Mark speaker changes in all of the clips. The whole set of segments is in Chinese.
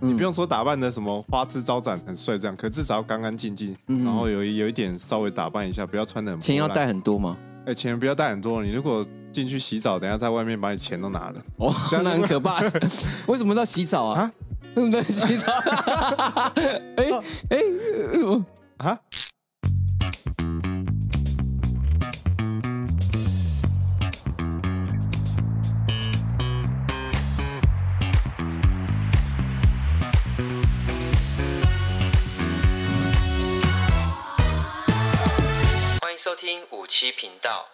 Speaker 1: 嗯
Speaker 2: 你不用说打扮的什么花枝招展、很帅这样，可至少要干干净净，然后有一有一点稍微打扮一下，不要穿的很
Speaker 1: 嗯钱要
Speaker 2: 破烂
Speaker 1: 带，很多吗？
Speaker 2: 哎、钱不要带很多。你如果进去洗澡，等一下在外面把你钱都拿了
Speaker 1: 哦，
Speaker 2: 这样
Speaker 1: 那很可怕。为什么要洗澡 啊？
Speaker 2: 啊
Speaker 1: 为什么要洗 澡？哎哎，呃
Speaker 2: 啊！
Speaker 3: 欢迎收听五七频道。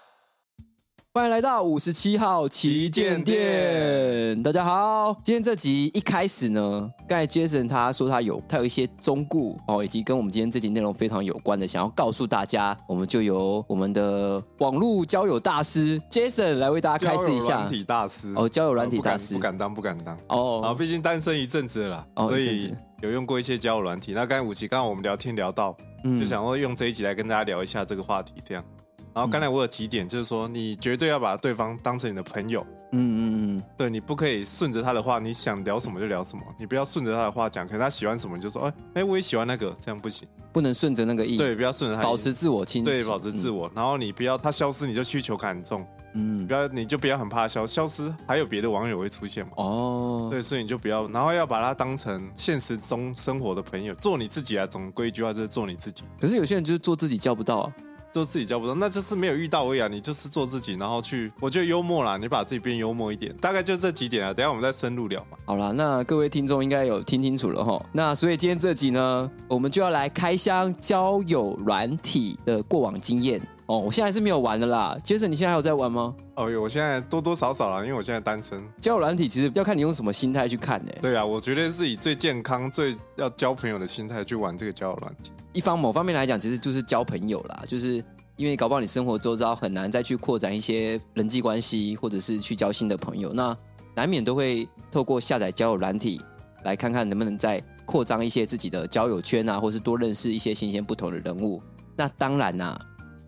Speaker 1: 欢迎来到五十七号旗舰店，大家好。今天这集一开始呢，刚才 Jason 他说他有他有一些忠固哦，以及跟我们今天这集内容非常有关的，哦想要告诉大家，我们就由我们的网络交友大师 Jason 来为大家开示一
Speaker 2: 交友
Speaker 1: 下
Speaker 2: 软。体大师
Speaker 1: 哦交友软体
Speaker 2: 不敢
Speaker 1: 大师
Speaker 2: 不敢当，不敢当。啊，
Speaker 1: 哦，
Speaker 2: 毕竟单身一阵子了啦，
Speaker 1: 哦
Speaker 2: 所
Speaker 1: 一阵
Speaker 2: 以
Speaker 1: 子
Speaker 2: 有用过一些交友软体。那刚才武奇，刚刚我们聊天聊到，
Speaker 1: 嗯
Speaker 2: 就想说用这一集来跟大家聊一下这个话题，这样。然后刚才我有几点，就是说你绝对要把对方当成你的朋友，
Speaker 1: 嗯嗯嗯，
Speaker 2: 对你不可以顺着他的话，你想聊什么就聊什么，你不要顺着他的话讲，可能他喜欢什么你就说，哎哎，我也喜欢那个，这样不行。
Speaker 1: 不能顺着那个意，
Speaker 2: 对，不要顺着他的意
Speaker 1: 嗯保
Speaker 2: 思，
Speaker 1: 持自我清
Speaker 2: 对保持自
Speaker 1: 我，
Speaker 2: 我。然后你不要他消失，你就需求感很重，
Speaker 1: 嗯，
Speaker 2: 不要你就不要很怕消消失，还有别的网友会出现嘛。
Speaker 1: 哦，
Speaker 2: 对，所以你就不要，然后要把它当成现实中生活的朋友，做你自己啊。总归一句话就是做你自己，
Speaker 1: 可是有些人就是做自己叫不到、啊，
Speaker 2: 做自己交不到，那就是没有遇到而已啊。你就是做自己，然后去，我觉得幽默啦，你把自己变幽默一点，大概就这几点啊。等一下我们再深入聊嘛。
Speaker 1: 好啦，那各位听众应该有听清楚了哈。那所以今天这集呢，我们就要来开箱交友软体的过往经验哦。我现在是没有玩的啦，Jason，你现在还有在玩吗？
Speaker 2: 哦哟，我现在多多少少啦，因为我现在单身。
Speaker 1: 交友软体其实要看你用什么心态去看欸呢、
Speaker 2: 对啊，我觉得是以最健康、最要交朋友的心态去玩这个交友软件。
Speaker 1: 一方某方面来讲，其实就是交朋友啦，就是因为搞不好你生活周遭很难再去扩展一些人际关系，或者是去交新的朋友，那难免都会透过下载交友软体来看看能不能再扩张一些自己的交友圈啊，或是多认识一些新鲜不同的人物。那当然啦、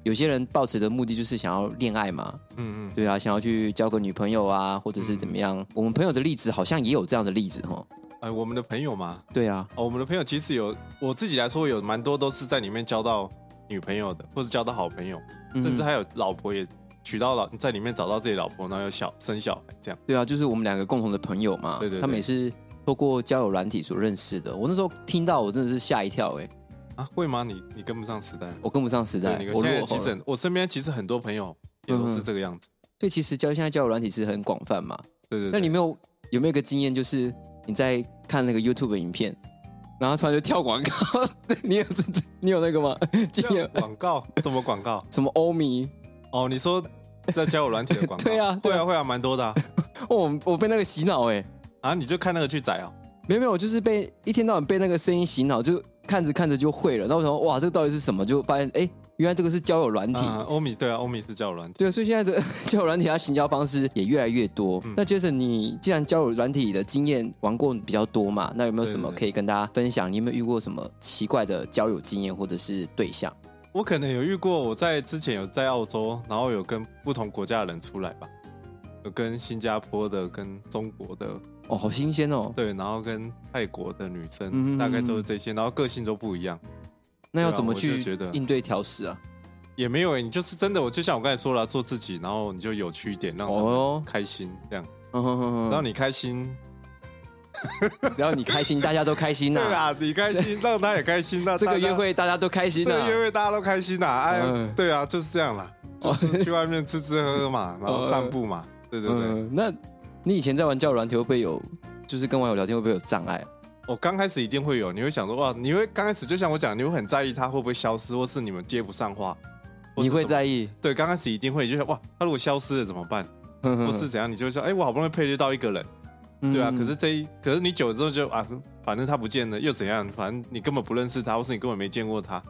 Speaker 1: 有些人抱持的目的就是想要恋爱嘛，
Speaker 2: 嗯嗯，
Speaker 1: 对啊，想要去交个女朋友啊，或者是怎么样。我们朋友的例子好像也有这样的例子哈。
Speaker 2: 哎，我们的朋友嘛，
Speaker 1: 对啊，
Speaker 2: 哦，我们的朋友其实有，我自己来说有蛮多都是在里面交到女朋友的，或者交到好朋友。
Speaker 1: 嗯
Speaker 2: 甚至还有老婆也娶到老，在里面找到自己老婆，然后有小生小孩这样。
Speaker 1: 对啊，就是我们两个共同的朋友嘛，
Speaker 2: 对对对
Speaker 1: 他们也是透过交友软体所认识的。我那时候听到，我真的是吓一跳、哎，
Speaker 2: 啊，会吗？你你跟不上时代了。
Speaker 1: 我跟不上时代
Speaker 2: 对，你
Speaker 1: 我
Speaker 2: 现
Speaker 1: 落
Speaker 2: 在
Speaker 1: 后
Speaker 2: 其
Speaker 1: 了。嗯
Speaker 2: 实
Speaker 1: 所
Speaker 2: 很我身边其实很多朋友也都是这个样子。
Speaker 1: 以其实交现在交友软体是很广泛嘛。
Speaker 2: 对对对。
Speaker 1: 那你没有有没有一个经验，就是你在看那个 YouTube 的影片，然后突然就跳广告， 你有这你有那个吗？经
Speaker 2: 这
Speaker 1: 验
Speaker 2: 样 广告什么广告？
Speaker 1: 什么欧米？
Speaker 2: 哦，你说在交友软体的广告？
Speaker 1: 对啊
Speaker 2: 会
Speaker 1: 对
Speaker 2: 啊会啊，蛮多的啊。
Speaker 1: 哦，我我被那个洗脑哎、
Speaker 2: 啊，你就看那个去宰哦。
Speaker 1: 没有没有，我就是被一天到晚被那个声音洗脑，就看着看着就会了。然后我想说，哇，这个到底是什么？就发现哎、原来这个是交友软体。
Speaker 2: 啊，欧米对啊，欧米是交友软体。
Speaker 1: 对，所以现在的 交友软体它行销方式也越来越多。
Speaker 2: 嗯
Speaker 1: 那 Jason，你既然交友软体的经验玩过比较多嘛，那有没有什么
Speaker 2: 对对对
Speaker 1: 可以跟大家分享？你有没有遇过什么奇怪的交友经验或者是对象？
Speaker 2: 我可能有遇过，我在之前有在澳洲，然后有跟不同国家的人出来吧，有跟新加坡的、跟中国的，
Speaker 1: 哦，好新鲜哦！
Speaker 2: 对，然后跟泰国的女生，
Speaker 1: 嗯嗯嗯
Speaker 2: 大概都是这些，然后个性都不一样，
Speaker 1: 那要
Speaker 2: 对啊
Speaker 1: 怎么
Speaker 2: 我就
Speaker 1: 去
Speaker 2: 觉得
Speaker 1: 应对调试 啊？
Speaker 2: 也没有哎、你就是真的，我就像我刚才说了，做自己，然后你就有趣一点，让他们
Speaker 1: 哦，
Speaker 2: 开心，这样，
Speaker 1: 嗯哼哼
Speaker 2: 只
Speaker 1: 哼
Speaker 2: 要你开心，
Speaker 1: 只要你开心，大家都开 心
Speaker 2: 对
Speaker 1: 呐、啊。
Speaker 2: 啦，你开 心，让他也开心，那
Speaker 1: 这个
Speaker 2: 大家
Speaker 1: 约，会大家都开心
Speaker 2: 这
Speaker 1: 呐、
Speaker 2: 个约
Speaker 1: 啊。
Speaker 2: 会大家都开心啦，哎
Speaker 1: 嗯，哦
Speaker 2: 对啊，就是这样啦，就是去外面吃吃喝喝嘛，然 后散步嘛，对对对。
Speaker 1: 嗯，那你以前在玩交友软体会不会有，就是跟网友聊天会不会有障碍啊？
Speaker 2: 我刚开始一定会有，你会想说哇，你会刚开始就像我讲，你会很在意他会不会消失，或是你们接不上话，或是
Speaker 1: 你会
Speaker 2: 什么
Speaker 1: 在意？
Speaker 2: 对，刚开始一定会，就想哇，他如果消失了怎么办，
Speaker 1: 哼哼
Speaker 2: 或是怎样，你就会说，哎、我好不容易配对到一个人，
Speaker 1: 嗯
Speaker 2: 对啊，可是这一，可是你久了之后就啊，反正他不见了又怎样，反正你根本不认识他，或是你根本没见过他，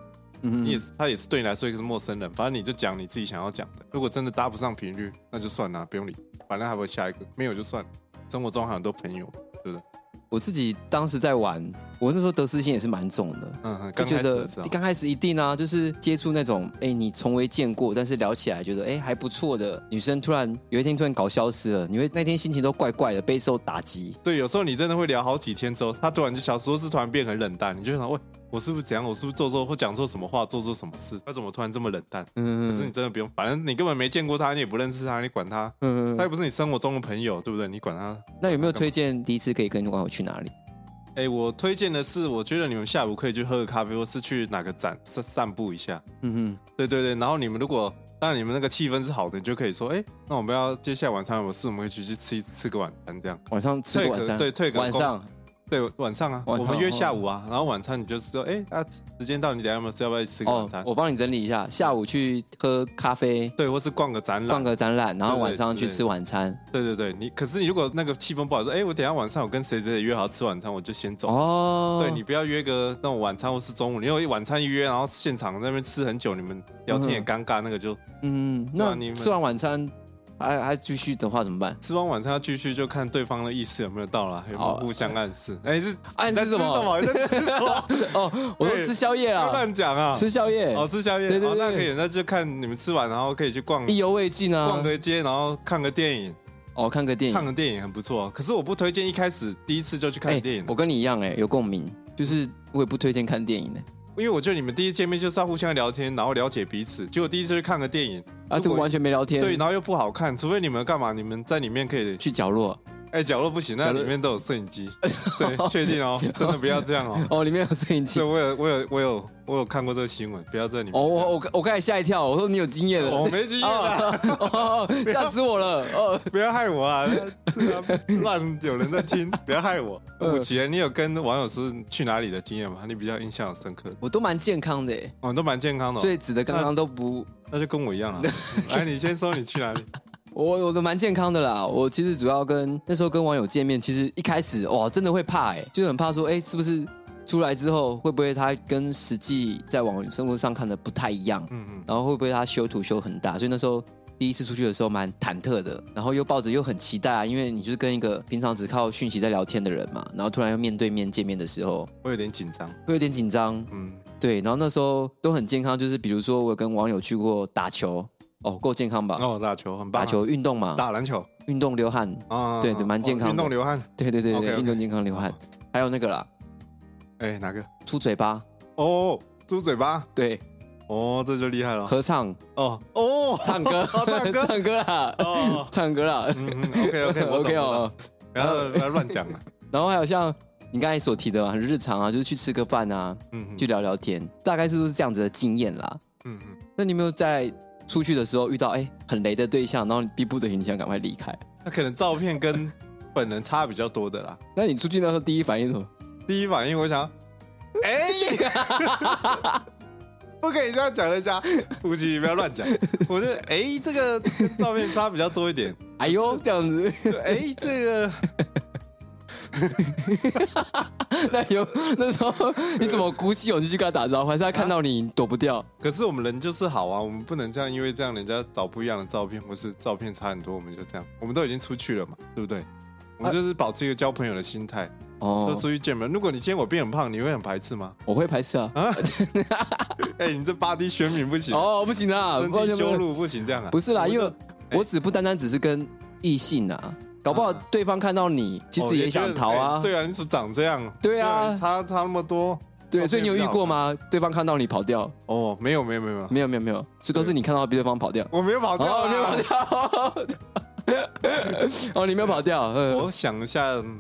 Speaker 1: 嗯
Speaker 2: 你也是他也是对你来说一个是陌生人，反正你就讲你自己想要讲的，如果真的搭不上频率，那就算了，不用理，反正还会下一个，没有就算了，生活中还有很多朋友，对不对？
Speaker 1: 我自己当时在玩，我那时候得失心也是蛮重的，
Speaker 2: 嗯哼，
Speaker 1: 就
Speaker 2: 刚
Speaker 1: 觉
Speaker 2: 开始
Speaker 1: 得
Speaker 2: 的时候，
Speaker 1: 刚开始一定啊，就是接触那种哎、你从未见过，但是聊起来觉得哎、还不错的女生，突然有一天突然搞消失了，你会那天心情都怪怪的，备受打击。
Speaker 2: 对，有时候你真的会聊好几天之后，他突然就消失，或是突然变很冷淡，你就想，喂，我是不是怎样？我是不是做错或讲错什么话，做错什么事？他怎么突然这么冷淡？可是
Speaker 1: 嗯
Speaker 2: 你真的不用，反正你根本没见过他，你也不认识他，你管他？
Speaker 1: 嗯
Speaker 2: 他又不是你生活中的朋友，对不对？你管他？
Speaker 1: 那有没有推荐第一次可以跟网友去哪里？
Speaker 2: 哎，我推荐的是，我觉得你们下午可以去喝个咖啡，或是去哪个展散散步一下。
Speaker 1: 嗯
Speaker 2: 对对对，然后你们如果当然你们那个气氛是好的，你就可以说，哎，那我们要接下来晚餐有事，我们一起去吃一吃个晚餐这样。
Speaker 1: 哼，晚上吃个晚上，
Speaker 2: 退个对退个
Speaker 1: 晚上
Speaker 2: 对，晚上啊，
Speaker 1: 晚
Speaker 2: 我
Speaker 1: 上
Speaker 2: 们约
Speaker 1: 哦
Speaker 2: 下午啊，然后晚餐你就知道，哎，啊，时间到，你等一下有没有吃要不要一起吃个晚
Speaker 1: 哦
Speaker 2: 餐，？
Speaker 1: 我帮你整理一下，下午去喝咖啡。
Speaker 2: 对，或是逛个展
Speaker 1: 逛
Speaker 2: 览，
Speaker 1: 个展览，然后晚上
Speaker 2: 对对
Speaker 1: 去
Speaker 2: 之类的
Speaker 1: 吃晚餐。
Speaker 2: 对对对，你可是你如果那个气氛不好，说，哎，我等一下晚上我跟谁谁谁约好吃晚餐，我就先走。
Speaker 1: 哦，
Speaker 2: 对你不要约个那种晚餐或是中午，你有晚餐一约，然后现场在那边吃很久，你们聊天也
Speaker 1: 嗯
Speaker 2: 尴尬，那个就
Speaker 1: 嗯，
Speaker 2: 对
Speaker 1: 那
Speaker 2: 啊你们
Speaker 1: 吃完晚餐还还继续的话怎么办？
Speaker 2: 吃完晚餐要继续就看对方的意思有没有到啦，有没有
Speaker 1: 好
Speaker 2: 互相暗示？哎，是
Speaker 1: 暗示
Speaker 2: 你在吃
Speaker 1: 什么
Speaker 2: 什么？ 你在吃什么？
Speaker 1: 哦，我都吃宵夜
Speaker 2: 不要
Speaker 1: 啊，
Speaker 2: 乱讲啊！
Speaker 1: 吃宵夜，
Speaker 2: 哦，吃宵夜，
Speaker 1: 对对
Speaker 2: 哦那
Speaker 1: 对哎
Speaker 2: 可以，那就看你们吃完，然后可以去逛
Speaker 1: 意犹未尽
Speaker 2: 逛
Speaker 1: 啊。
Speaker 2: 个街，然后看个电影，
Speaker 1: 哦，看个电
Speaker 2: 看
Speaker 1: 影，
Speaker 2: 个电影很不错。可是我不推荐一开始第一次就去看电影，
Speaker 1: 我跟你一样哎，有共鸣，就是我也不推荐看电影的
Speaker 2: 因为我觉得你们第一见面就是要互相聊天，然后了解彼此。结果第一次去看个电影，
Speaker 1: 啊，
Speaker 2: 如
Speaker 1: 这
Speaker 2: 果
Speaker 1: 个完全没聊天，
Speaker 2: 对，然后又不好看，除非你们干嘛？你们在里面可以，
Speaker 1: 去角落
Speaker 2: 哎，角落不行，那
Speaker 1: 角落
Speaker 2: 里面都有摄影 机，对，确定哦，真的不要这样哦。
Speaker 1: 哦，里面有摄影机
Speaker 2: 对，。我有，我有，我有，我有看过这个新闻，不要在里面。
Speaker 1: 哦，我我我刚才吓一跳，我说你有经验了，
Speaker 2: 我没经验啊，
Speaker 1: 哦哦哦哦吓死我了，哦，
Speaker 2: 不要害我啊！这啊乱有人在听，不要害我。
Speaker 1: 嗯
Speaker 2: 武奇人，你有跟网友是去哪里的经验吗？你比较印象深刻的？
Speaker 1: 我都蛮健康的哎，
Speaker 2: 哦，都蛮健康的哦、
Speaker 1: 所以指的刚刚都不
Speaker 2: 那就跟我一样了。来，你先说你去哪里？
Speaker 1: 我我都蛮健康的啦，我其实主要跟那时候跟网友见面，其实一开始哇真的会怕哎、就是很怕说哎、是不是出来之后会不会他跟实际在网生活上看的不太一样，
Speaker 2: 嗯
Speaker 1: 然后会不会他修图修很大，所以那时候第一次出去的时候蛮忐忑的，然后又抱着又很期待啊，因为你就是跟一个平常只靠讯息在聊天的人嘛，然后突然要面对面见面的时候
Speaker 2: 嗯，我有点紧张。
Speaker 1: 会有点紧张，
Speaker 2: 嗯，
Speaker 1: 对，然后那时候都很健康，就是比如说我有跟网友去过打球，哦够健康吧，
Speaker 2: 哦，打球很棒啊。
Speaker 1: 打球运动嘛，
Speaker 2: 打篮球
Speaker 1: 运动流汗。
Speaker 2: 啊，
Speaker 1: 对对蛮
Speaker 2: 哦
Speaker 1: 健康的
Speaker 2: 运动流汗，
Speaker 1: 对对对
Speaker 2: OK，OK
Speaker 1: 对，运动健康流汗，还有那个啦，
Speaker 2: 哎，哪个？
Speaker 1: 出嘴巴，
Speaker 2: 哦，猪嘴巴。
Speaker 1: 对，
Speaker 2: 哦，这就厉害了。
Speaker 1: 合唱、
Speaker 2: 哦哦，
Speaker 1: 唱歌、
Speaker 2: 哦 唱 歌
Speaker 1: 唱歌啦，
Speaker 2: 哦，
Speaker 1: 唱歌啦
Speaker 2: 嗯嗯，OK OK
Speaker 1: ，OK 哦。。
Speaker 2: 不要不要乱讲了。
Speaker 1: 然后还有像你刚才所提的嘛，很日常啊，就是去吃个饭啊，
Speaker 2: 嗯
Speaker 1: 去
Speaker 2: 嗯
Speaker 1: 聊聊天，大概是都是这样子的经验啦。
Speaker 2: 嗯嗯，
Speaker 1: 那你有没有在出去的时候遇到哎很雷的对象，然后你逼不得已你想赶快离开？
Speaker 2: 那可能照片跟本人差比较多的啦。
Speaker 1: 那你出去那时候第一反应是什么？
Speaker 2: 第一反应我想，哎、 不可以这样讲人家，吴奇你不要乱讲。我就哎、这个跟照片差比较多一点，
Speaker 1: 哎 呦，这样子，
Speaker 2: 就哎、这个
Speaker 1: 那有那时候你怎么鼓起勇气去跟他打招呼？还是他看到你躲不掉？
Speaker 2: 可是我们人就是好啊，我们不能这样，因为这样人家找不一样的照片，或是照片差很多，我们就这样，我们都已经出去了嘛，对不对？我们就是保持一个交朋友的心态， 就
Speaker 1: 哦，
Speaker 2: 出去见面。如果你今天我变很胖，你会很排斥吗？
Speaker 1: 我会排斥啊。
Speaker 2: 啊？哎、你这八 D 选品不行，
Speaker 1: 哦，不行 啦，
Speaker 2: 身
Speaker 1: 抱
Speaker 2: 体
Speaker 1: 歉
Speaker 2: 羞，辱不行，这样啊？
Speaker 1: 不是啦，
Speaker 2: 我就哎
Speaker 1: 因为我只不单单只是跟异性啊，搞不好
Speaker 2: 啊
Speaker 1: 对方看到你，其实也想逃
Speaker 2: 哦也
Speaker 1: 啊。
Speaker 2: 觉得哎对啊，你怎么长这样？
Speaker 1: 对啊
Speaker 2: 你差差那么多。
Speaker 1: 对，所以你有遇过吗？对方看到你跑掉？
Speaker 2: 哦，没有没有没有没有，
Speaker 1: 没有没有没有，所以都是你看到对方跑掉。
Speaker 2: 我没有跑掉
Speaker 1: 哦，
Speaker 2: 啊，
Speaker 1: 你没有跑掉。哦，你没有跑掉。嗯
Speaker 2: 我想一下，嗯，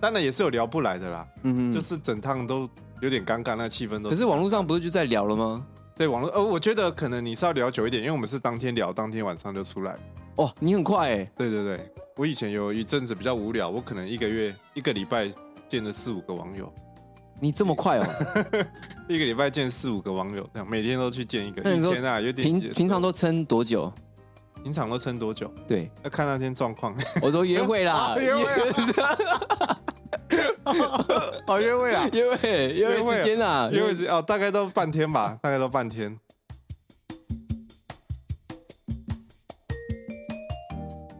Speaker 2: 当然也是有聊不来的啦，
Speaker 1: 嗯
Speaker 2: 就
Speaker 1: 嗯。
Speaker 2: 是整趟都有点尴尬，那气氛都。
Speaker 1: 可是网络上不是就在聊了吗？
Speaker 2: 对网络，呃，我觉得可能你是要聊久一点，因为我们是当天聊，当天晚上就出来。
Speaker 1: 哇，你很快哎。
Speaker 2: 对对对，我以前有一阵子比较无聊，我可能一个月一个礼拜见了四五个网友，
Speaker 1: 你这么快哦，
Speaker 2: 一个礼拜见四五个网友，这样每天都去见一个。
Speaker 1: 那
Speaker 2: 以
Speaker 1: 你说
Speaker 2: 前啊， 有点
Speaker 1: 平
Speaker 2: 也是
Speaker 1: 平常都撑多久？
Speaker 2: 平常都撑多久？
Speaker 1: 对，
Speaker 2: 要看那天状况。
Speaker 1: 我说约会啦
Speaker 2: 啊， 约会啊，哦，约会啊，
Speaker 1: 约会 约会时间啊啦，
Speaker 2: 约会是哦，大概都半天吧，大概都半天。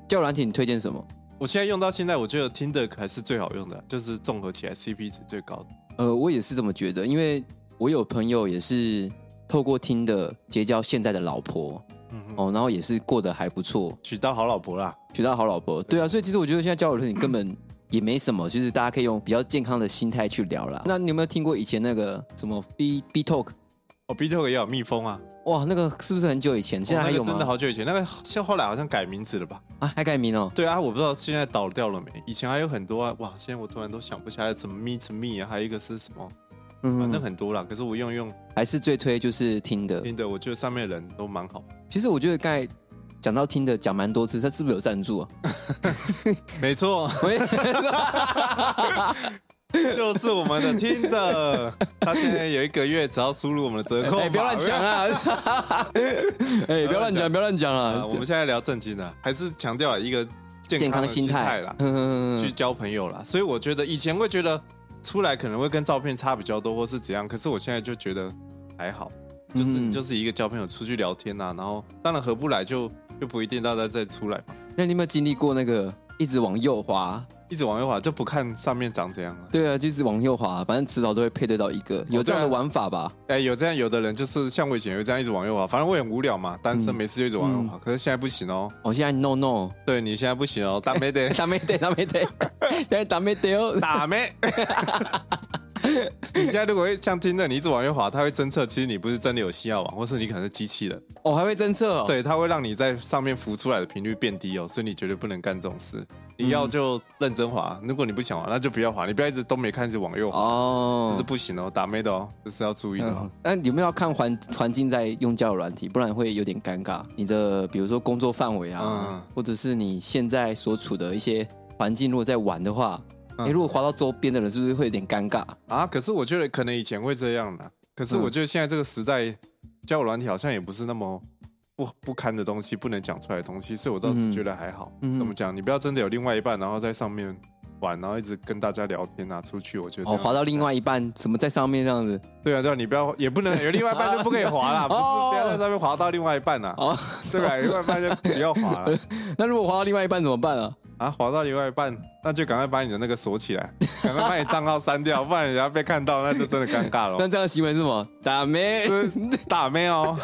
Speaker 1: 叫软体你推荐什么？
Speaker 2: 我现在用到现在，我觉得 Tinder 还是最好用的，就是综合起来 CP 值最高的。
Speaker 1: 呃，我也是这么觉得，因为我有朋友也是透过听的结交现在的老婆
Speaker 2: 嗯哼，
Speaker 1: 哦，然后也是过得还不错，
Speaker 2: 娶到好老婆啦。
Speaker 1: 娶到好老婆。对啊，所以其实我觉得现在交友软件根本也没什么，就是大家可以用比较健康的心态去聊啦。那你有没有听过以前那个什么 B B Talk？
Speaker 2: 哦，B Talk 也有蜜蜂啊，
Speaker 1: 哇，那个是不是很久以前？现在
Speaker 2: 哦
Speaker 1: 还
Speaker 2: 那个
Speaker 1: 有吗？
Speaker 2: 真的好久以前，那个像后来好像改名字了吧？
Speaker 1: 啊，还改名哦。
Speaker 2: 对啊，我不知道现在倒掉了没。以前还有很多啊，哇，现在我突然都想不起来，什么 Meet Me 啊，还有一个是什么，反
Speaker 1: 嗯，
Speaker 2: 正很多啦。可是我用一用
Speaker 1: 还是最推就是听的。
Speaker 2: 听的，我觉得上面的人都蛮好。
Speaker 1: 其实我觉得刚才讲到听的讲蛮多次，他是不是有赞助啊？
Speaker 2: 没错，
Speaker 1: 喂，
Speaker 2: 就是我们的听的， 他现在有一个月只要输入我们的折扣码、
Speaker 1: 哎，不要乱讲 啊！哎，不要乱讲，不要乱讲
Speaker 2: 啊！
Speaker 1: 啊！
Speaker 2: 我们现在聊正经的，还是强调一个健
Speaker 1: 健
Speaker 2: 康
Speaker 1: 康
Speaker 2: 的心
Speaker 1: 心态
Speaker 2: 态啦，
Speaker 1: 嗯嗯嗯
Speaker 2: 去交朋友啦。所以我觉得以前会觉得出来可能会跟照片差比较多，或是怎样，可是我现在就觉得还好，就是、
Speaker 1: 嗯
Speaker 2: 就是一个交朋友出去聊天啊，然后当然合不来就就不一定大家再出来嘛，
Speaker 1: 那你有没有经历过那个一直往右滑？
Speaker 2: 一直往右滑就不看上面长怎样了。
Speaker 1: 对啊，就一直往右滑，反正迟早都会配对到一个，有这样的玩法吧？
Speaker 2: 哎、有这样有的人就是像我以前有这样一直往右滑，反正我也很无聊嘛，单身
Speaker 1: 嗯
Speaker 2: 没事就一直往右滑，可是现在不行哦。
Speaker 1: 我现在 no no，哎
Speaker 2: 对你现在不行哦，大妹 的
Speaker 1: 打没得，打没得，现在 打没得哦。
Speaker 2: 大妹。 你现在如果会像听的，你一直往右滑，它会侦测其实你不是真的有西药网，或是你可能是机器人，
Speaker 1: 哦，还会侦测哦。，
Speaker 2: 对，它会让你在上面浮出来的频率变低哦，所以你绝对不能干这种事。你
Speaker 1: 嗯
Speaker 2: 要就认真滑，如果你不想滑，那就不要滑，你不要一直都没看，一直往右滑，
Speaker 1: 哦，
Speaker 2: 这是不行哦，打妹的哦，这是要注意的哦
Speaker 1: 嗯。，那有没有要看环环境在用交友软体，不然会有点尴尬。你的比如说工作范围啊，
Speaker 2: 嗯
Speaker 1: 或者是你现在所处的一些环境，如果在玩的话，
Speaker 2: 嗯
Speaker 1: 哎、如果滑到周边的人，是不是会有点尴尬？
Speaker 2: 啊，可是我觉得可能以前会这样啦，可是
Speaker 1: 嗯
Speaker 2: 我觉得现在这个时代，交友软体好像也不是那么不不堪的东西，不能讲出来的东西，所以我倒是
Speaker 1: 嗯
Speaker 2: 觉得还好。
Speaker 1: 嗯
Speaker 2: 怎么讲？你不要真的有另外一半，然后在上面玩，然后一直跟大家聊天啊，出去，我觉得这
Speaker 1: 哦，
Speaker 2: 样
Speaker 1: 滑到另外一半，什么在上面这样子？
Speaker 2: 对啊对啊，你不要也不能有另外一半就不可以滑 啦，不是
Speaker 1: 哦
Speaker 2: 不要在上面滑到另外一半啦，啊
Speaker 1: 哦，
Speaker 2: 对吧？另外一半就不要滑了
Speaker 1: 那如果滑到另外一半怎么办啊？
Speaker 2: 啊，滑到另外一半，那就赶快把你的那个锁起来，赶快把你账号删掉，不然人家被看到那就真的尴尬了
Speaker 1: 那。这样的行为是什么？打咩？
Speaker 2: 真 打妹哦，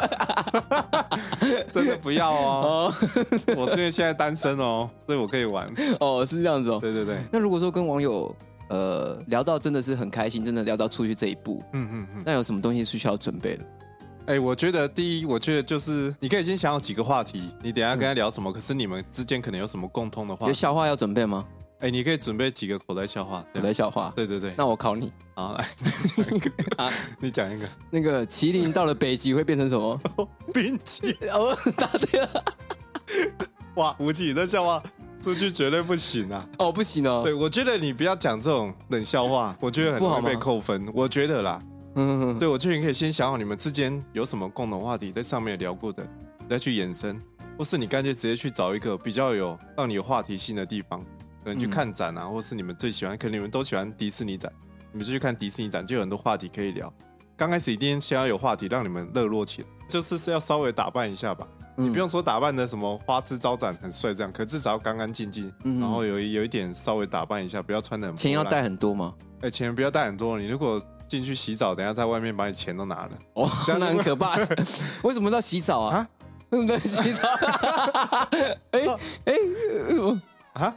Speaker 2: 真的不要哦！
Speaker 1: 哦
Speaker 2: 我是因为现在单身哦，所以我可以玩。
Speaker 1: 哦，是这样子哦。
Speaker 2: 对对对，
Speaker 1: 那如果说跟网友呃聊到真的是很开心，真的聊到出去这一步，
Speaker 2: 嗯嗯嗯。
Speaker 1: 那有什么东西是需要准备的？
Speaker 2: 哎、我觉得第一，我觉得就是你可以先想好几个话题，你等一下跟他聊什么，可是你们之间可能有什么共通的话
Speaker 1: 有。笑话要准备吗？
Speaker 2: 哎、你可以准备几个口袋笑话。
Speaker 1: 我
Speaker 2: 对吧
Speaker 1: 在笑话。
Speaker 2: 对对对，
Speaker 1: 那我考你，
Speaker 2: 好，来 你讲一个，
Speaker 1: 啊
Speaker 2: 你讲一个
Speaker 1: 那个麒麟到了北极会变成什么？
Speaker 2: 冰淇
Speaker 1: 哦，答对了。
Speaker 2: 哇，吴奇，你这笑话出去绝对不行啊！
Speaker 1: 哦，不行哦。
Speaker 2: 对，，我觉得你不要讲这种冷笑话，我觉得很
Speaker 1: 不好
Speaker 2: 容易
Speaker 1: 吗
Speaker 2: 被扣分。我觉得啦，
Speaker 1: 嗯，
Speaker 2: 对，我觉得你可以先想好你们之间有什么共同话题，在上面聊过的，你再去延伸，或是你干脆直接去找一个比较有让你有话题性的地方，可能去
Speaker 1: 嗯
Speaker 2: 看展啊，或是你们最喜欢，可能你们都喜欢迪士尼展，你们就去看迪士尼展，就有很多话题可以聊。刚开始一定先要有话题让你们热络起来，就是是要稍微打扮一下吧，
Speaker 1: 你
Speaker 2: 你不用说打扮的什么花枝招展很帅这样，可至少要干干净净，
Speaker 1: 嗯
Speaker 2: 然后有一有一点稍微打扮一下，不要穿的很
Speaker 1: 钱要
Speaker 2: 破烂
Speaker 1: 带很多 吗？
Speaker 2: 哎、钱不要带很多，你如果进去洗澡，等一下在外面把你钱都拿了
Speaker 1: 哦，
Speaker 2: 这样
Speaker 1: 那很 可怕。为什么要洗澡啊
Speaker 2: 啊？
Speaker 1: 为什么要洗澡？哎哎，呃
Speaker 2: 啊！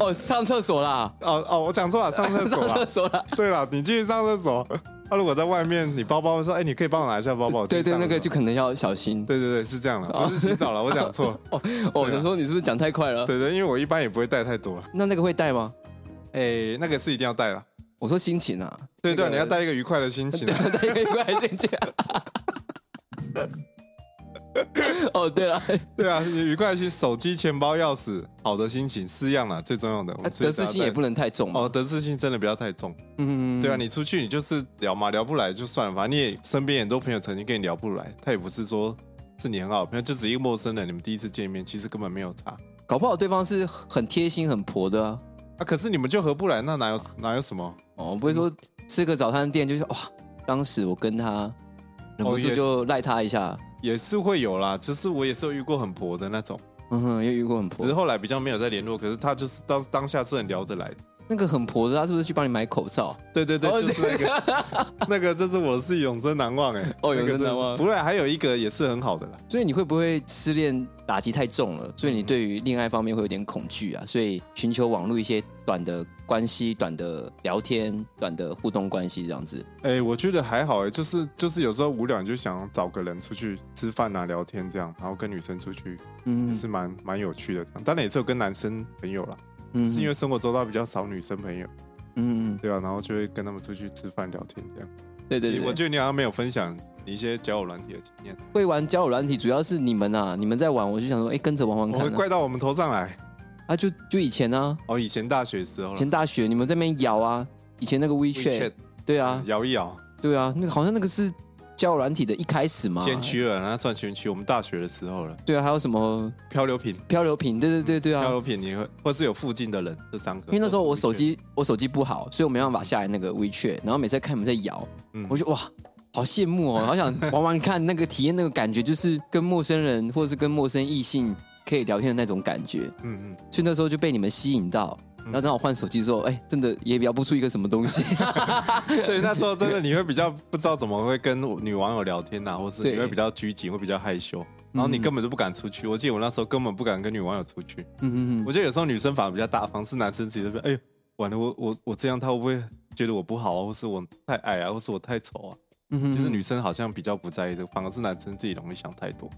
Speaker 1: 哦，上厕所啦，
Speaker 2: 哦哦，我讲错了，上厕所
Speaker 1: 上厕
Speaker 2: 了。
Speaker 1: 所啦。
Speaker 2: 对了，你进去上厕所，他、如果在外面，你包包说，哎、你可以帮我拿一下包包。我
Speaker 1: 对
Speaker 2: 进
Speaker 1: 对，
Speaker 2: 哦去上
Speaker 1: 那
Speaker 2: 厕所
Speaker 1: 个就可能要小心。
Speaker 2: 对对对，是这样了，不是洗澡了，我讲错了。
Speaker 1: 哦，哦我
Speaker 2: 对啊
Speaker 1: 想说你是不是讲太快了？
Speaker 2: 对对，因为我一般也不会带太多了。
Speaker 1: 那那个会带吗？
Speaker 2: 哎、那个是一定要带了。
Speaker 1: 我说心情啊，
Speaker 2: 对对，
Speaker 1: 那个
Speaker 2: 你要带一个愉快的心情啊。
Speaker 1: 带一个怪进去。啊 哦， 对了，
Speaker 2: 对啊，愉快的心，手机、钱包、钥匙，好的心情四样啦，最重要的。我们最
Speaker 1: 啊得失心也不能太重嘛。
Speaker 2: 哦，得失心真的不要太重。
Speaker 1: 嗯，
Speaker 2: 对啊，你出去你就是聊嘛，聊不来就算了，反正你也身边很多朋友曾经跟你聊不来，他也不是说是你很好的朋友，就只是一个陌生人，你们第一次见面其实根本没有差。
Speaker 1: 搞不好对方是很贴心、很婆的啊。
Speaker 2: 啊，可是你们就合不来，那哪有哪有什么？
Speaker 1: 哦，不会说吃个早餐店就是哇，当时我跟他忍不
Speaker 2: 哦也
Speaker 1: 住
Speaker 2: 是
Speaker 1: 就赖他一下。
Speaker 2: 也是会有啦，只是我也是有遇过很婆的那种，
Speaker 1: 嗯哼，又遇过很
Speaker 2: 只是
Speaker 1: 婆。
Speaker 2: 后来比较没有再联络，可是他就是当当下是很聊得来的，
Speaker 1: 那个很婆的，他是不是去帮你买口罩？
Speaker 2: 对对对，
Speaker 1: 哦
Speaker 2: 就是那个 那个，这是我是永生难忘哎、
Speaker 1: 哦
Speaker 2: 那个
Speaker 1: 永生难忘
Speaker 2: 真的是不然还有一个也是很好的啦，
Speaker 1: 所以你会不会失恋打击太
Speaker 2: 嗯
Speaker 1: 重了？所以你对于恋爱方面会有点恐惧啊？所以寻求网络一些短的关系、短的聊天、短的互动关系这样子。
Speaker 2: 哎、我觉得还好哎、就是就是有时候无聊你就想找个人出去吃饭啊、聊天这样，然后跟女生出去也
Speaker 1: 嗯
Speaker 2: 是蛮蛮有趣的这样。当然也是有跟男生朋友啦，
Speaker 1: 嗯
Speaker 2: 是因为生活周遭比较少女生朋友，
Speaker 1: 嗯，嗯
Speaker 2: 对吧、啊然后就会跟他们出去吃饭聊天这样。
Speaker 1: 对对
Speaker 2: 其实
Speaker 1: 对，
Speaker 2: 我觉得你好像没有分享你一些交友软体的经验，
Speaker 1: 会玩交友软体，主要是你们啊，你们在玩，我就想说，哎，跟着玩玩
Speaker 2: 我会
Speaker 1: 看啊。
Speaker 2: 怪到我们头上来。
Speaker 1: 啊，就就以前啊，
Speaker 2: 哦，以前大学时候
Speaker 1: 以
Speaker 2: 啦
Speaker 1: 前大学你们这边摇啊，以前那个 WeChat，
Speaker 2: WeChat
Speaker 1: 对啊，
Speaker 2: 摇一摇，
Speaker 1: 对啊，那个好像那个是交友软体的一开始嘛。
Speaker 2: 先驱了，那算先驱。我们大学的时候了，
Speaker 1: 对啊，还有什么
Speaker 2: 漂流瓶，
Speaker 1: 漂流瓶？对对对对啊，
Speaker 2: 漂流瓶你会或是有附近的人这三个。
Speaker 1: 因为那时候我
Speaker 2: 都是
Speaker 1: 手机我手机不好，所以我没办法下载那个 WeChat，然后每次看你们在摇，
Speaker 2: 嗯
Speaker 1: 我就哇，好羡慕哦，好想玩玩看那个体验那个感觉，就是跟陌生人或者是跟陌生异性可以聊天的那种感觉，
Speaker 2: WeChat，嗯嗯，
Speaker 1: 所以那时候就被你们吸引到。
Speaker 2: 嗯
Speaker 1: 然后等我换手机之后，哎、真的也聊不出一个什么东西。
Speaker 2: 对，那时候真的你会比较不知道怎么会跟女网友聊天呐、啊或是
Speaker 1: 对嗯
Speaker 2: 你会比较拘谨，会比较害羞，然后你根本就不敢出去。我记得我那时候根本不敢跟女网友出去。
Speaker 1: 嗯嗯嗯，
Speaker 2: 我觉得有时候女生反而比较大方，是男生自己这边，哎呦，完了，我我我这样，他会不会觉得我不好啊，或是我太矮啊，或是我太丑啊？
Speaker 1: 嗯哼
Speaker 2: 其实女生好像比较不在意这个，反而是男生自己容易想太多。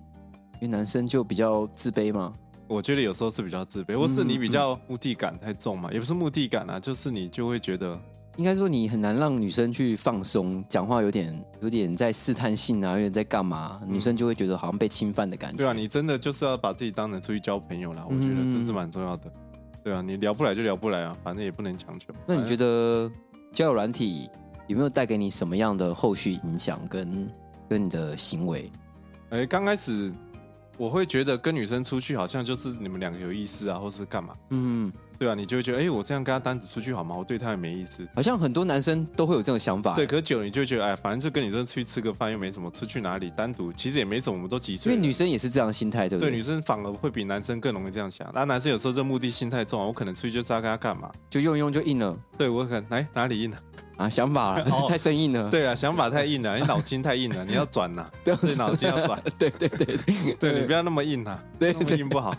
Speaker 1: 因为男生就比较自卑嘛。
Speaker 2: 我觉得有时候是比较自卑，或
Speaker 1: 嗯
Speaker 2: 是你比较目的感太重嘛，也不是目的感啊，就是你就会觉得
Speaker 1: 应该说你很难让女生去放松，讲话有点有点在试探性啊，有点在干嘛，女生就会觉得好像被侵犯的感觉。
Speaker 2: 嗯对啊，你真的就是要把自己当成出去交朋友啦，我
Speaker 1: 嗯
Speaker 2: 觉得这是蛮重要的。对啊，你聊不来就聊不来啊，反正也不能强求。
Speaker 1: 那你觉
Speaker 2: 得？
Speaker 1: 得交友软体有没有带给你什么样的后续影响跟跟你的行为？
Speaker 2: 哎，刚开始我会觉得跟女生出去好像就是你们两个有意思啊，或是干嘛？
Speaker 1: 嗯，
Speaker 2: 对啊，你就会觉得，哎，我这样跟她单独出去好吗？我对她也没意思。
Speaker 1: 好像很多男生都会有这种想法。
Speaker 2: 对，，可是久了你就会觉得，哎，反正就跟女生出去吃个饭又没什么，出去哪里单独其实也没什么，我们都几
Speaker 1: 因
Speaker 2: 岁
Speaker 1: 为
Speaker 2: 了。
Speaker 1: 女生也是这样的心态，对不
Speaker 2: 对
Speaker 1: 对？
Speaker 2: 女生反而会比男生更容易这样想。那男生有时候这目的性太重啊，我可能出去就是要跟他干嘛？
Speaker 1: 就用一用就硬了
Speaker 2: 对我可能哎哪里硬了、
Speaker 1: 啊，想法
Speaker 2: 哦
Speaker 1: 太生硬了。
Speaker 2: 对啊，想法太硬了，你脑筋太硬了，你要转 呐、
Speaker 1: 对
Speaker 2: 对，脑筋要转。
Speaker 1: 对对对对
Speaker 2: 对你不要那么硬啊，
Speaker 1: 对
Speaker 2: 那么硬不好，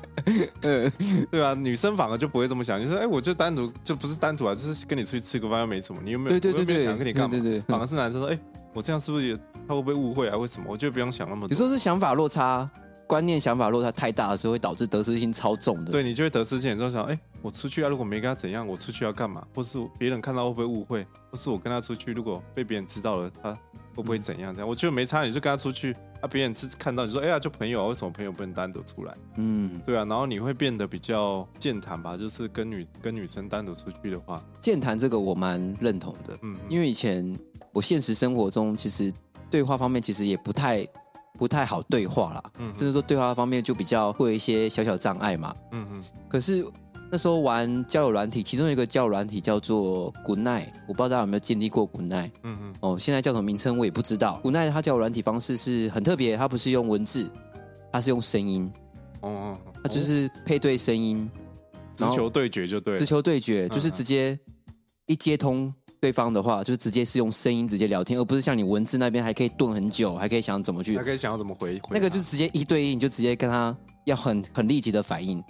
Speaker 1: 嗯
Speaker 2: 对啊，女生反而就不会这么想，就说，哎，我就单独，就不是单独啊，就是跟你出去吃个饭又没什么，你有没有？
Speaker 1: 对对
Speaker 2: 我又
Speaker 1: 对
Speaker 2: 没有
Speaker 1: 对，
Speaker 2: 想跟你干嘛？
Speaker 1: 对对对
Speaker 2: 反而是男生说，哎，我这样是不是也他会不会误会啊？为什么？我就不用想那么
Speaker 1: 有
Speaker 2: 多。
Speaker 1: 时候是想法落差、观念、想法落差太大的时候，会导致得失心超重的。
Speaker 2: 对你就会得失心很重，想哎、我出去啊，如果没跟他怎样，我出去要干嘛？或是别人看到会不会误会？或是我跟他出去，如果被别人知道了，他会不会怎样？这样、我觉得没差，你就跟他出去啊，别人是看到你说哎呀、就朋友啊，为什么朋友不能单独出来？
Speaker 1: 嗯，
Speaker 2: 对啊，然后你会变得比较健谈吧，就是跟女跟女生单独出去的话，
Speaker 1: 健谈这个我蛮认同的。
Speaker 2: 嗯，
Speaker 1: 因为以前我现实生活中其实对话方面其实也不太不太好对话啦，
Speaker 2: 嗯哼
Speaker 1: 甚至说对话方面就比较会有一些小小障碍嘛。
Speaker 2: 嗯嗯
Speaker 1: 可是那时候玩交友软体，其中一个交友软体叫做 Good Night，我不知道大家有没有经历过 Good Night
Speaker 2: 嗯嗯
Speaker 1: 哦，现在叫什么名称我也不知道。Good Night 它交友软体方式是很特别，它不是用文字，它是用声音，
Speaker 2: 嗯，哦，哦
Speaker 1: 它就是配对声音，
Speaker 2: 直球对决就对了
Speaker 1: 直，球对决，就是
Speaker 2: 嗯
Speaker 1: 直接一接通对方的话，就是直接是用声音直接聊天，而不是像你文字那边还可以顿很久，还可以想怎么去
Speaker 2: 还，可以想要怎么回，回
Speaker 1: 那个就
Speaker 2: 答
Speaker 1: 是直接一对一，你就直接跟他要很很立即的反应。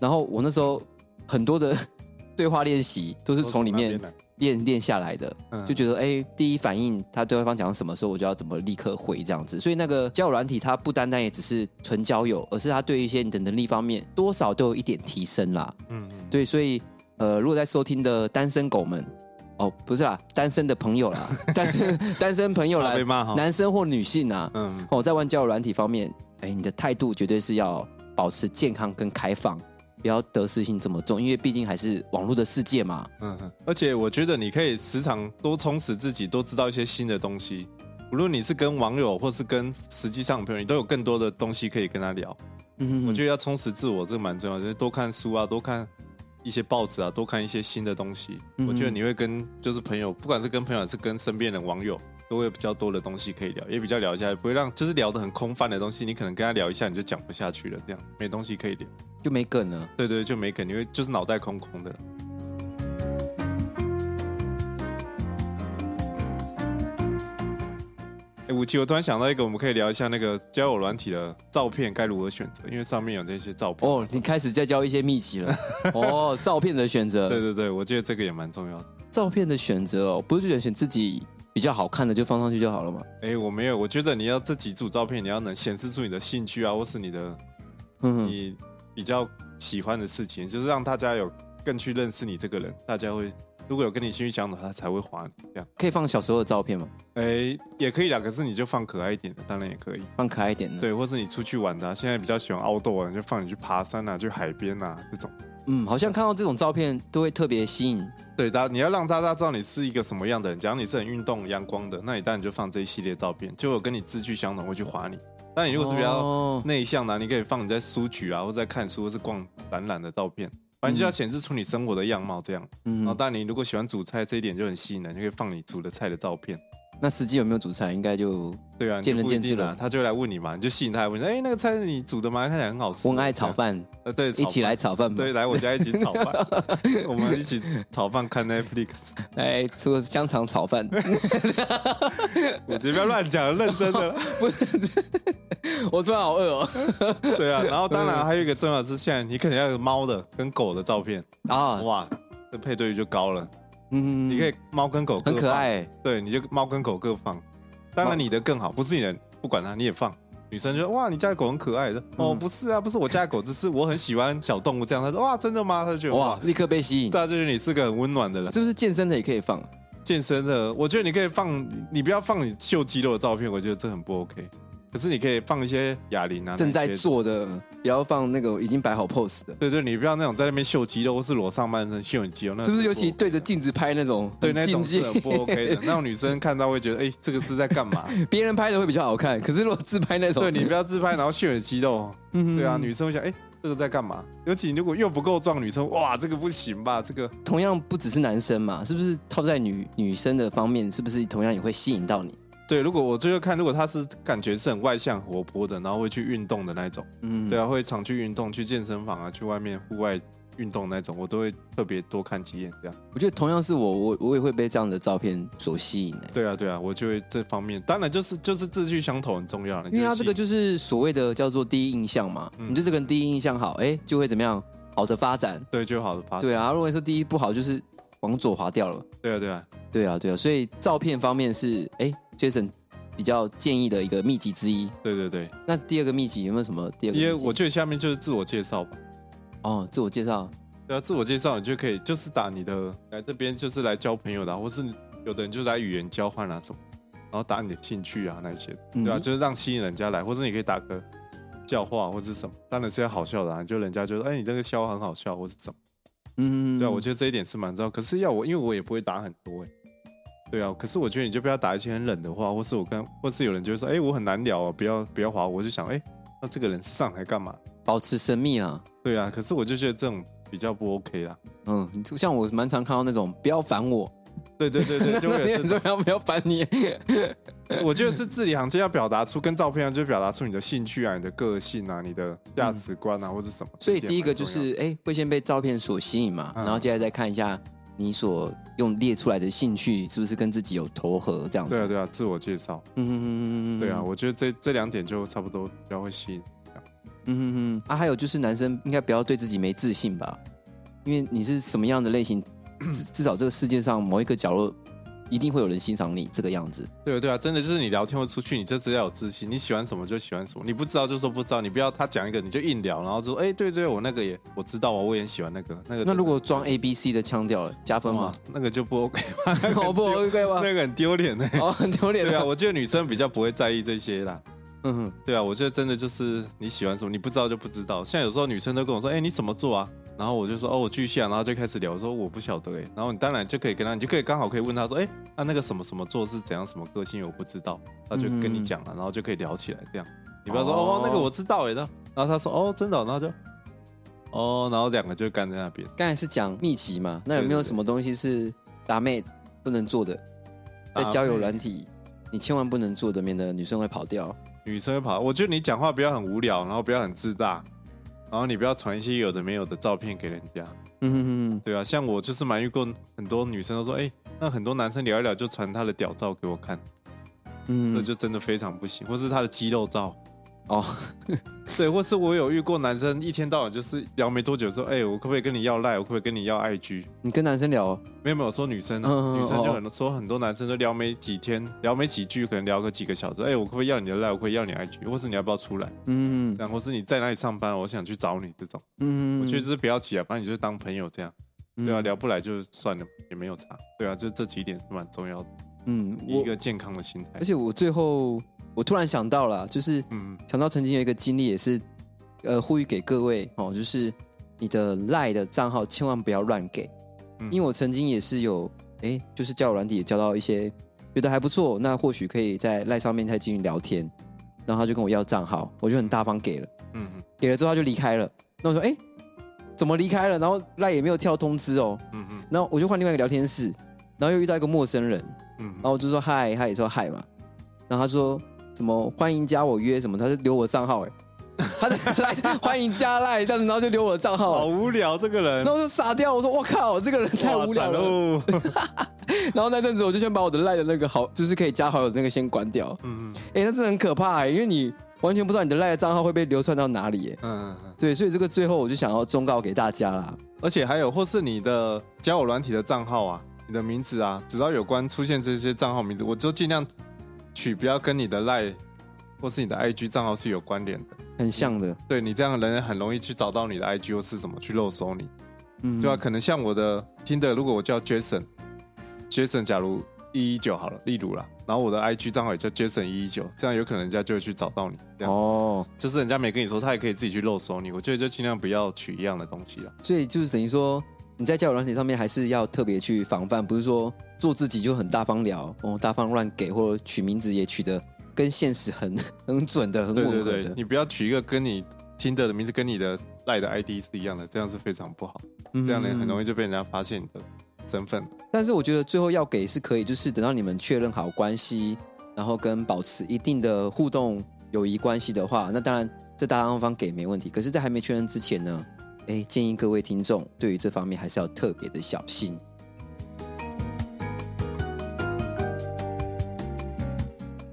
Speaker 1: 然后我那时候很多的 对话练习都是
Speaker 2: 都
Speaker 1: 从里
Speaker 2: 那
Speaker 1: 面
Speaker 2: 边来
Speaker 1: 练练下来的，
Speaker 2: 嗯
Speaker 1: 就觉得哎、第一反应他对方讲什么时候，我就要怎么立刻回这样子。所以那个交友软体，它不单单也只是纯交友，而是它对一些你的能力方面多少都有一点提升啦。
Speaker 2: 嗯嗯
Speaker 1: 对，所以呃，如果在收听的单身狗们，哦，不是啦，单身的朋友啦，单 身单身朋友
Speaker 2: 怕
Speaker 1: 啦
Speaker 2: 被，骂哦哈，
Speaker 1: 男生或女性啊，
Speaker 2: 嗯
Speaker 1: 哦，在玩交友软体方面，哎，你的态度绝对是要保持健康跟开放，不要得失心这么重，因为毕竟还是网络的世界嘛。
Speaker 2: 嗯，哼，而且我觉得你可以时常多充实自己，多知道一些新的东西。无论你是跟网友，或是跟实际上的朋友，你都有更多的东西可以跟他聊。
Speaker 1: 嗯，
Speaker 2: 我觉得要充实自我，这个蛮重要的，就是多看书啊，多看一些报纸啊，多看一些新的东西。
Speaker 1: 嗯哼
Speaker 2: 我觉得你会跟就是朋友，不管是跟朋友还是跟身边的网友，都会有比较多的东西可以聊，也比较聊一下，也不会让就是聊的很空泛的东西，你可能跟他聊一下你就讲不下去了，这样没东西可以聊。
Speaker 1: 就没梗了。
Speaker 2: 对对，就没梗，你会就是脑袋空空的了。哎、五七，我突然想到一个，我们可以聊一下那个交友软体的照片该如何选择，因为上面有这些照片。
Speaker 1: 哦，你开始在教一些秘 籍了。哦，照片的选择，
Speaker 2: 对对对，我觉得这个也蛮重要的。
Speaker 1: 照片的选择哦，不是就选自己比较好看的就放上去就好了嘛？
Speaker 2: 哎、我没有，我觉得你要这几组照片，你要能显示出你的兴趣啊，或是你的
Speaker 1: 嗯，
Speaker 2: 你比较喜欢的事情，就是让大家有更去认识你这个人，大家会如果有跟你兴趣相投，他才会划你这样。
Speaker 1: 可以放小时候的照片嘛，
Speaker 2: 哎、也可以啦，可是你就放可爱一点的，当然也可以。
Speaker 1: 放可爱一点的。，
Speaker 2: 对，或是你出去玩的啊、现在比较喜欢 outdoor，啊你就放你去爬山啊，去海边啊这种。
Speaker 1: 嗯，好像看到这种照片都会特别吸引。
Speaker 2: 对，大家你要让大家知道你是一个什么样的人。假如你是很运动、阳光的，那你当然就放这一系列照片，就有跟你志趣相同会去划你。但你如果是比较
Speaker 1: 哦
Speaker 2: 内向的啊、你可以放你在书局啊，或者在看书，或是逛展览的照片，反正就要显示出你生活的样貌这样。然后，
Speaker 1: 嗯，
Speaker 2: 但你如果喜欢煮菜，这一点就很吸引人，就可以放你煮的菜的照片。
Speaker 1: 那实际有没有主菜，应该就
Speaker 2: 对啊，你就
Speaker 1: 见仁
Speaker 2: 不一定
Speaker 1: 见智
Speaker 2: 啊
Speaker 1: 了
Speaker 2: 他就会来问你嘛，你就吸引他来问你，哎、那个菜是你煮的吗？看起来很好吃。
Speaker 1: 温爱炒，饭，
Speaker 2: 呃，对，炒
Speaker 1: 一起
Speaker 2: 饭
Speaker 1: 来炒饭吧。
Speaker 2: 对，，来我家一起炒饭， 我们一起炒饭看 Netflix。
Speaker 1: 来吃个哎香肠炒饭。
Speaker 2: 我直接不要乱讲，认真 的。
Speaker 1: 我突然好饿哦。
Speaker 2: 对啊，然后当
Speaker 1: 嗯
Speaker 2: 然还有一个重要的是，现在你可能要有猫的跟狗的照片，
Speaker 1: 啊，
Speaker 2: 哇，这配对率就高了。
Speaker 1: 嗯，
Speaker 2: 你可以猫跟狗各
Speaker 1: 很
Speaker 2: 放
Speaker 1: 可，爱。啊
Speaker 2: 对，你就猫跟狗各放。当然你的更好，不是你的不管它，你也放。女生就说哇，你家的狗很可爱的。哦，
Speaker 1: 嗯
Speaker 2: 不是啊，不是我家的狗，只是我很喜欢小动物这样。他说哇，真的吗？他就觉得
Speaker 1: 哇
Speaker 2: 哇，，
Speaker 1: 立刻被吸引。
Speaker 2: 对啊，啊就是你是个很温暖的人。
Speaker 1: 是不是健身的也可以放？
Speaker 2: 健身的，我觉得你可以放，你不要放你秀肌肉的照片，我觉得这很不 OK。可是你可以放一些哑铃啊，
Speaker 1: 正在
Speaker 2: 那些，
Speaker 1: 做的，不要放那个已经摆好 pose 的，
Speaker 2: 对对，你不要那种在那边秀肌肉或是裸上半身秀你肌肉，那
Speaker 1: 是不是？
Speaker 2: 很
Speaker 1: 尤
Speaker 2: 不
Speaker 1: 其对着镜子拍那种，
Speaker 2: 对那
Speaker 1: 很
Speaker 2: 种
Speaker 1: 禁
Speaker 2: 是
Speaker 1: 忌，
Speaker 2: 很不 OK 的，那种女生看到会觉得，哎、这个是在干嘛？
Speaker 1: 别人拍的会比较好看。可是如果自拍那种，
Speaker 2: 对你不要自拍，然后秀你肌肉，
Speaker 1: 嗯
Speaker 2: 对啊，女生会想，哎、这个在干嘛？尤其你如果又不够壮，女生哇，这个不行吧？这个
Speaker 1: 同样不只是男生嘛，是不是套在女女生的方面，是不是同样也会吸引到你？
Speaker 2: 对，如果我最后看，如果她是感觉是很外向、活泼的，然后会去运动的那种。
Speaker 1: 嗯，
Speaker 2: 对啊，会常去运动，去健身房啊，去外面户外运动那种，我都会特别多看几眼这样。
Speaker 1: 我觉得同样是我，我我也会被这样的照片所吸引的、
Speaker 2: 对啊，对啊，我就会这方面，当然就是就是志趣相投很重要了，
Speaker 1: 因为它
Speaker 2: 他
Speaker 1: 这个就是所谓的叫做第一印象嘛，
Speaker 2: 嗯
Speaker 1: 你对这个人第一印象好，哎、就会怎么样好的发展。
Speaker 2: 对就好的发展。
Speaker 1: 对啊，如果说第一不好，就是往左滑掉了。
Speaker 2: 对啊，对啊，
Speaker 1: 对啊，对啊，所以照片方面是哎，Jason 比较建议的一个秘籍之一。
Speaker 2: 对对对。
Speaker 1: 那第二个秘籍有没有什么第二个秘
Speaker 2: 因
Speaker 1: 籍？
Speaker 2: 为我觉得下面就是自我介绍吧。
Speaker 1: 哦，自我介绍，
Speaker 2: 对啊，自我介绍你就可以就是打你的来这边就是来交朋友的啊、或是有的人就是来语言交换啊什么，然后打你的兴趣啊那一些，
Speaker 1: 嗯
Speaker 2: 对啊，就是让吸引人家来，或是你可以打个笑话或是什么，当然是要好笑的、啊，就人家就说哎、你这个笑话很好笑或是什么。
Speaker 1: 嗯，
Speaker 2: 对啊，我觉得这一点是蛮重要。可是要我，因为我也不会打很多哎、对啊，可是我觉得你就不要打一些很冷的话，或是我跟，或是有人就会说，哎、我很难聊啊，不要不要划我，我就想，哎、那这个人上来干嘛？
Speaker 1: 保持神秘啊。
Speaker 2: 对啊，可是我就觉得这种比较不 OK 啦。
Speaker 1: 嗯，就像我蛮常看到那种不要烦我，
Speaker 2: 对对 对对，就会有这
Speaker 1: 很重
Speaker 2: 种。
Speaker 1: 要，不要烦你。
Speaker 2: 我觉得是字里行间要表达出，跟照片上就表达出你的兴趣啊、你的个性啊、你的价值观啊，或是什么。
Speaker 1: 嗯所以
Speaker 2: 这
Speaker 1: 第一
Speaker 2: 点
Speaker 1: 个
Speaker 2: 蛮
Speaker 1: 就
Speaker 2: 重要
Speaker 1: 是哎，会先被照片所吸引嘛，
Speaker 2: 嗯
Speaker 1: 然后接下来再看一下你所用列出来的兴趣是不是跟自己有投合这样子。
Speaker 2: 对啊对啊，自我介绍。
Speaker 1: 嗯哼哼哼哼
Speaker 2: 对啊，我觉得这这两点就差不多比较会吸引。
Speaker 1: 嗯哼哼，啊，还有就是男生应该不要对自己没自信吧，因为你是什么样的 类型，至至少这个世界上某一个角落，一定会有人欣赏你这个样子。
Speaker 2: 对啊，对啊，真的就是你聊天会出去，你就只要有自信，你喜欢什么就喜欢什么，你不知道就说不知道，你不要他讲一个你就硬聊，然后说哎、对对，我那个也我知道啊，我也很喜欢那个那个。
Speaker 1: 那如果装 A B C 的腔调加分吗
Speaker 2: 哇？，那个就不 OK 吧？
Speaker 1: 哦不 OK 吧？
Speaker 2: 那个很丢脸呢、
Speaker 1: 哦，很丢脸
Speaker 2: 对啊，
Speaker 1: 的。
Speaker 2: 我觉得女生比较不会在意这些啦。
Speaker 1: 嗯哼，
Speaker 2: 对啊，我觉得真的就是你喜欢什么，你不知道就不知道。像有时候女生都跟我说，哎、你怎么做啊？然后我就说，哦，我巨蟹、啊，然后就开始聊，我说我不晓得哎、然后你当然就可以跟她，你就可以刚好可以问她说，哎、那、那个什么什么座是怎样什么个性，我不知道，她就跟你讲了，然后就可以聊起来这样。你不要说，哦
Speaker 1: 哦
Speaker 2: 那个我知道哎、那然后她说，哦，真的哦、然后就，哦，然后两个就干在那边。
Speaker 1: 刚才是讲秘籍嘛，那有没有
Speaker 2: 对对对
Speaker 1: 什么东西是达妹不能做的，在
Speaker 2: 达妹
Speaker 1: 交友软体你千万不能做的，免得女生会跑掉。
Speaker 2: 女生会跑，我觉得你讲话不要很无聊，然后不要很自大，然后你不要传一些有的没有的照片给人家。
Speaker 1: 嗯哼哼
Speaker 2: 对啊，像我就是蛮遇过很多女生都说，哎、那很多男生聊一聊就传他的屌照给我看，
Speaker 1: 嗯
Speaker 2: 这就真的非常不行，或是他的肌肉照，
Speaker 1: 哦，
Speaker 2: 对，或是我有遇过男生一天到晚就是聊没多久之后，哎、我可不可以跟你要赖？我可不可以跟你要 IG？
Speaker 1: 你跟男生聊，哦
Speaker 2: 没有没有，说女生、啊，
Speaker 1: 嗯嗯
Speaker 2: 女生
Speaker 1: 哦
Speaker 2: 就
Speaker 1: 哦
Speaker 2: 很多说很多男生都聊没几天，聊没几句，可能聊个几个小时，哎、我可不可以要你的赖？我可不可以要你的 IG？或是你要不要出来？
Speaker 1: 嗯
Speaker 2: 然后是你在哪里上班？我想去找你这种，
Speaker 1: 嗯，
Speaker 2: 我觉得就是不要起来，反正你就当朋友这样，
Speaker 1: 嗯
Speaker 2: 对啊，聊不来就算了，也没有差，对啊，就这几点是蛮重要的，
Speaker 1: 嗯，
Speaker 2: 一
Speaker 1: 我
Speaker 2: 个健康的心态
Speaker 1: 而，且我最后我突然想到了，就是
Speaker 2: 嗯，
Speaker 1: 想到曾经有一个经历，也是呃呼吁给各位哦，就是你的赖的账号千万不要乱给，
Speaker 2: 嗯
Speaker 1: 因为我曾经也是有哎，就是交友软体也交到一些觉得还不错，那或许可以在赖上面再进行聊天，然后他就跟我要账号，我就很大方给了，
Speaker 2: 嗯嗯
Speaker 1: 给了之后他就离开了，那我说哎。诶怎么离开了？然后赖也没有跳通知哦，
Speaker 2: 嗯嗯
Speaker 1: 然后我就换另外一个聊天室，然后又遇到一个陌生人，
Speaker 2: 嗯
Speaker 1: 然后我就说嗨，他也说嗨嘛，然后他说怎么欢迎加我约什么，他就留我账号哎、他就来欢迎加赖，但是然后就留我账号
Speaker 2: 好
Speaker 1: 欸，
Speaker 2: 无聊这个人
Speaker 1: 然，后我就傻掉，我说我靠，这个人太
Speaker 2: 哇嗯
Speaker 1: 无聊
Speaker 2: 惨哦
Speaker 1: 了。
Speaker 2: 喽，
Speaker 1: 然后那阵子我就先把我的赖的那个好，就是可以加好友的那个先关掉，
Speaker 2: 嗯嗯
Speaker 1: 哎、那真的很可怕哎、因为你完全不知道你的赖的账号会被流窜到哪里哎、
Speaker 2: 嗯嗯，
Speaker 1: 对，所以这个最后我就想要忠告给大家啦，
Speaker 2: 而且还有或是你的交友软体的账号啊，你的名字啊，只要有关出现这些账号名字，我就尽量取不要跟你的赖或是你的 IG 账号是有关联的。
Speaker 1: 很像的，
Speaker 2: 对你这样的人很容易去找到你的 IG 或是什么去漏搜你，
Speaker 1: 嗯，
Speaker 2: 对吧、啊可能像我的听的，如果我叫 Jason，Jason 假如一一九好了，例如啦，然后我的 IG 账号也叫 Jason 一一九，这样有可能人家就会去找到你。这样、
Speaker 1: 哦，
Speaker 2: 就是人家没跟你说，他也可以自己去漏搜你。我觉得就尽量不要取一样的东西啊啦。
Speaker 1: 所以就是等于说，你在交友软体上面还是要特别去防范，不是说做自己就很大方聊，哦，大方乱给，或者取名字也取得跟现实很 很准的、很
Speaker 2: 对
Speaker 1: 吻
Speaker 2: 对
Speaker 1: 合的。
Speaker 2: 对，你不要取一个跟你听的的名字跟你的赖的 ID 是一样的，这样是非常不好，这样呢很容
Speaker 1: 易。
Speaker 2: 易就被人家发现你的身份。
Speaker 1: 但是我觉得最后要给是可以，就是等到你们确认好关系，然后跟保持一定的互动友谊关系的话，那当然这大方方给没问题。可是，在还没确认之前呢，哎，建议各位听众对于这方面还是要特别的小心。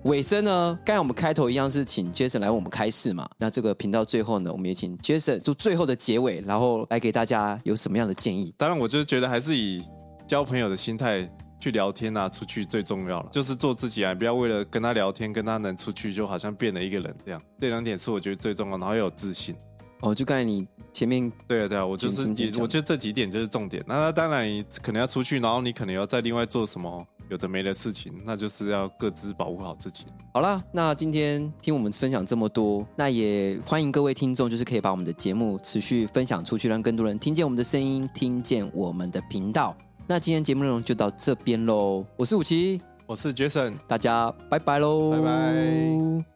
Speaker 1: 尾声呢，刚才我们开头一样是请 Jason 来为我们开示嘛。那这个频道最后呢，我们也请 Jason 做最后的结尾，然后来给大家有什么样的建议？
Speaker 2: 当然，我就是觉得还是以交朋友的心态去聊天啊，出去最重要了，就是做自己啊，不要为了跟他聊天，跟他能出去，就好像变了一个人这样。这两点是我觉得最重要，然后要有自信。
Speaker 1: 哦，就刚才你前面
Speaker 2: 对啊，对啊，我就是
Speaker 1: 请请
Speaker 2: 也
Speaker 1: 讲，
Speaker 2: 我觉得这几点就是重点。那那当然，你可能要出去，然后你可能要再另外做什么有的没的事情，那就是要各自保护好自己。
Speaker 1: 好啦，那今天听我们分享这么多，那也欢迎各位听众，就是可以把我们的节目持续分享出去，让更多人听见我们的声音，听见我们的频道。那今天节目内容就到这边喽，我是武奇，
Speaker 2: 我是 Jason，
Speaker 1: 大家拜拜喽，
Speaker 2: 拜拜。